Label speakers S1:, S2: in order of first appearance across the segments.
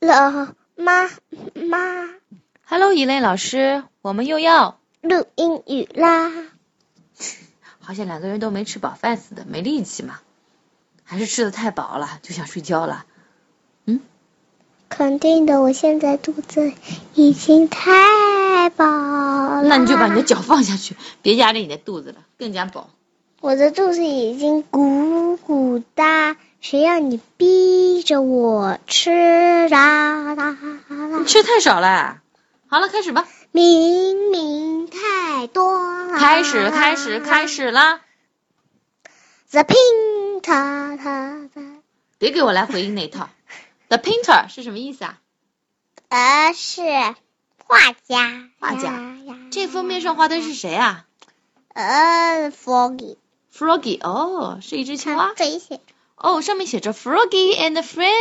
S1: 了妈妈
S2: Hello，一类老师，我们又要
S1: 录英语啦！
S2: 好像两个人都没吃饱饭似的，没力气嘛，还是吃的太饱了，就想睡觉了。
S1: 肯定的，我现在肚子已经太饱了。
S2: 那你就把你的脚放下去，别压着你的肚子了，更加饱。
S1: 我的肚子已经鼓鼓哒，谁让你逼着我吃啦啦啦啦
S2: 你！吃太少了。好了，开始吧，
S1: 明明太多啦！
S2: 开始，开始，开始啦！
S1: ！The pink 他他他，
S2: 别给我来回应那套。The painter 是什么意思啊？
S1: 呃，是画家。
S2: 画家
S1: 呀呀
S2: 这封面上画的是谁啊
S1: 呃，Foggy，
S2: ？Froggy，哦，是一只青蛙
S1: 它。飞行。
S2: 哦，上面写着 Froggy and Friends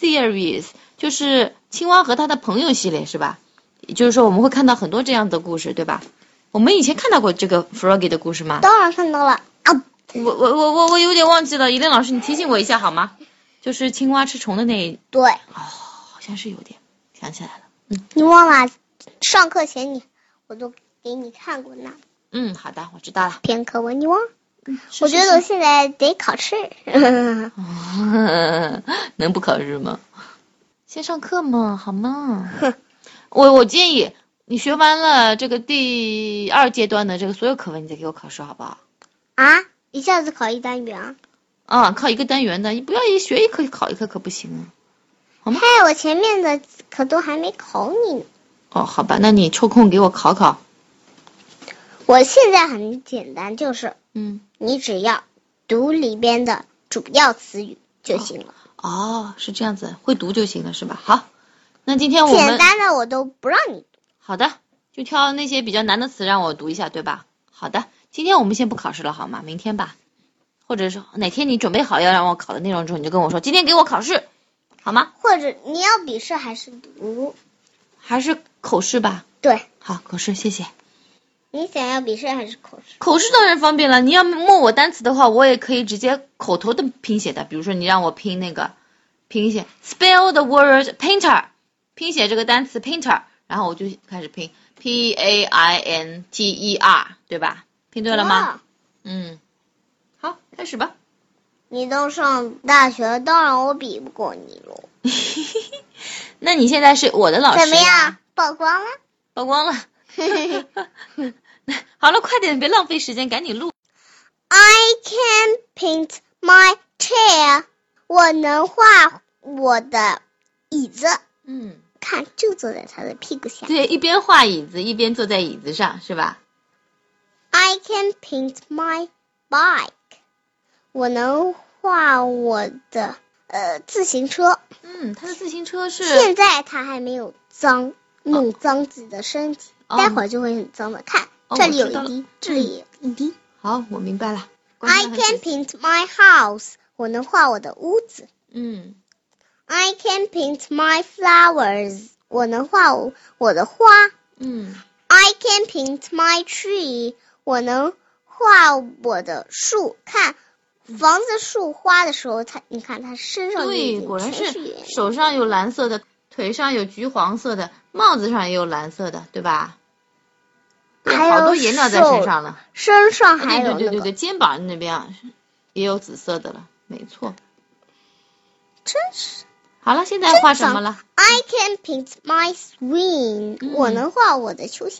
S2: Series，就是青蛙和他的朋友系列是吧？也就是说我们会看到很多这样的故事，对吧？我们以前看到过这个 Froggy 的故事吗？
S1: 当然看到了啊！
S2: 我我我我我有点忘记了，一林老师你提醒我一下好吗？就是青蛙吃虫的那一，哦
S1: 对，
S2: 好像是有点想起来了。嗯
S1: 你忘了上课前你我都给你看过那
S2: 嗯，好的，我知道了。
S1: 篇课文，你忘了？
S2: 是
S1: 我
S2: 嗯是哦
S1: 觉得我现在得考试。
S2: 是 能不考试吗？先上课嘛，好吗？ 我我建议你学完了这个第二阶段的这个所有课文，你再给我考试好不好？
S1: 啊，一下子考一单元啊！
S2: 啊，考一个单元的，你不要一学一科考一科可不行啊。
S1: 嗨，我前面的可都还没考你呢。
S2: 哦，好吧，那你抽空给我考考。
S1: 我现在很简单，就是
S2: 嗯，
S1: 你只要读里边的主要词语就行了。
S2: 哦，是这样子，会读就行了是吧？好，那今天我
S1: 简
S2: 们
S1: 单的我都不让你读。
S2: 好的，就挑那些比较难的词让我读一下，对吧？好的，今天我们先不考试了，好吗？明天吧，或者是哪天你准备好要让我考的内容之后，你就跟我说，今天给我考试，好吗？
S1: 或者你要笔试还是读？
S2: 还是口试吧？
S1: 对，
S2: 好，口试，谢谢。
S1: 你想要笔试还是口试？
S2: 口试当然方便了，你要默我单词的话，我也可以直接口头的拼写的，比如说你让我拼那个拼写 spell the word painter，拼写这个单词 painter，然后我就开始拼 p a i n t e r，对吧？拼对了吗？
S1: 哇？
S2: 嗯，好，开始吧。
S1: 你都上大学了，当然我比不过你喽。
S2: 那你现在是我的老师，
S1: 怎么？样？曝 光了？
S2: 曝光了。好了，快点，别浪费时间，赶紧录。
S1: I can paint my chair。我能画我的椅子，
S2: 嗯，
S1: 看就坐在他的屁股下。
S2: 对，一边画椅子，一边坐在椅子上，是吧？
S1: I can paint my bike。我能画我的呃自行车。
S2: 嗯，他的自行车是
S1: 现在它还没有脏，弄脏自己的身体，
S2: 哦
S1: 待会儿就会很脏的。看，
S2: 哦
S1: 这里
S2: 我
S1: 有
S2: 知道
S1: 一滴，这里有一滴。
S2: 好，我明白了。关
S1: I
S2: 键还
S1: can
S2: 是
S1: paint my house。我能画我的屋子。
S2: 嗯
S1: I can paint my flowers。我能画我我的花。
S2: 嗯
S1: I can paint my tree。我能画我的树。看，房子树花的时候，它你看它身上就已
S2: 对，
S1: 经
S2: 果然
S1: 全是颜
S2: 是手上有蓝色的，腿上有橘黄色的，帽子上也有蓝色的，对吧？对
S1: 还有
S2: 好多颜料在身
S1: 手
S2: 上了。
S1: 身上
S2: 对
S1: 还
S2: 对
S1: 有
S2: 对
S1: 那
S2: 对
S1: 个
S2: 对，，肩膀那边啊也有紫色的了，没错。
S1: 真是。
S2: 好了，现在画什么了？
S1: I can paint my swing，、
S2: 嗯
S1: 我能画我的秋千，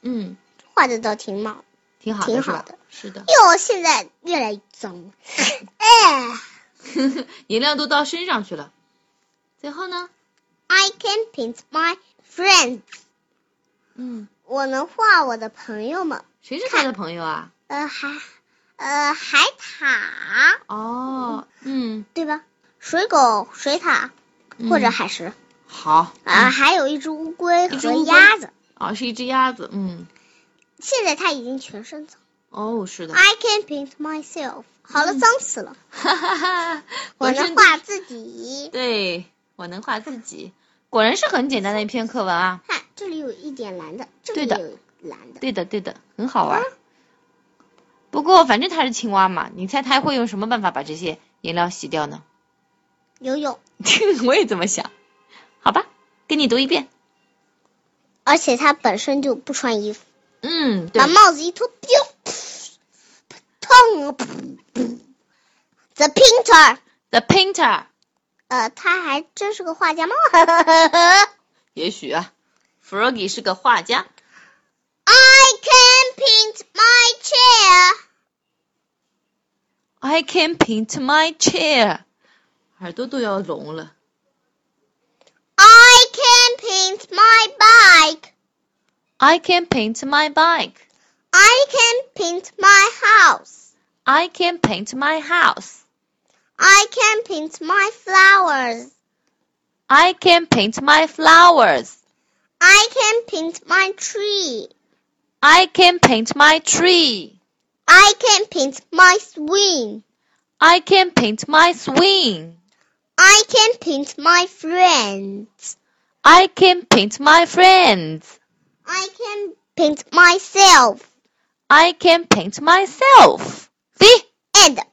S2: 嗯，
S1: 画的倒挺好。
S2: 挺好的，
S1: 挺
S2: 是吧
S1: 好的？
S2: 是的，
S1: 哟，现在越来越脏了。 哎
S2: 颜料都到身上去了。最后呢？
S1: ，I can paint my friends，
S2: 嗯，
S1: 我能画我的朋友们。
S2: 谁是他的朋友啊？
S1: 呃，海，呃，海獭，
S2: 哦，嗯，
S1: 对吧？水狗、水獭
S2: 嗯
S1: 或者海狮啊、
S2: 好
S1: 呃还有一只乌龟
S2: 一只
S1: 和
S2: 乌龟
S1: 鸭子。
S2: 哦，是一只鸭子。嗯，
S1: 现在它已经全身脏。
S2: 哦，是 的，
S1: I can paint myself，好
S2: 嗯
S1: 了，脏死了。
S2: 哈哈哈，
S1: 我
S2: 浑身
S1: 能画自己。
S2: 对，我能画自己，果然是很简单的一篇课文啊。
S1: 看，这里有一点蓝的，这
S2: 对
S1: 里
S2: 的
S1: 有蓝的。
S2: 对的，对的，很好玩。不过反正它是青蛙嘛，你猜它会用什么办法把这些颜料洗掉呢？
S1: 游泳。
S2: 我也这么想，好吧。跟你读一遍。
S1: 而且他本身就不穿衣服，
S2: 嗯，对
S1: 把，帽子一脱，砰，痛啊！噗噗 The painter，
S2: The Painter，
S1: 呃，他还真是个画家吗？
S2: 也许啊，Froggy 是个画家。
S1: I can paint my chair.
S2: I can paint my chair，耳朵都要聋了。
S1: I can paint my bike.
S2: I can paint my bike.
S1: I can paint my house.
S2: I can paint my house.
S1: I can paint my flowers.
S2: I can paint my flowers.
S1: I can paint my tree.
S2: I can paint my tree.
S1: I can paint my swing.
S2: I can paint my swing.
S1: I can paint my friends.
S2: I can paint my friends.
S1: I can paint myself.
S2: I can paint myself. See?
S1: And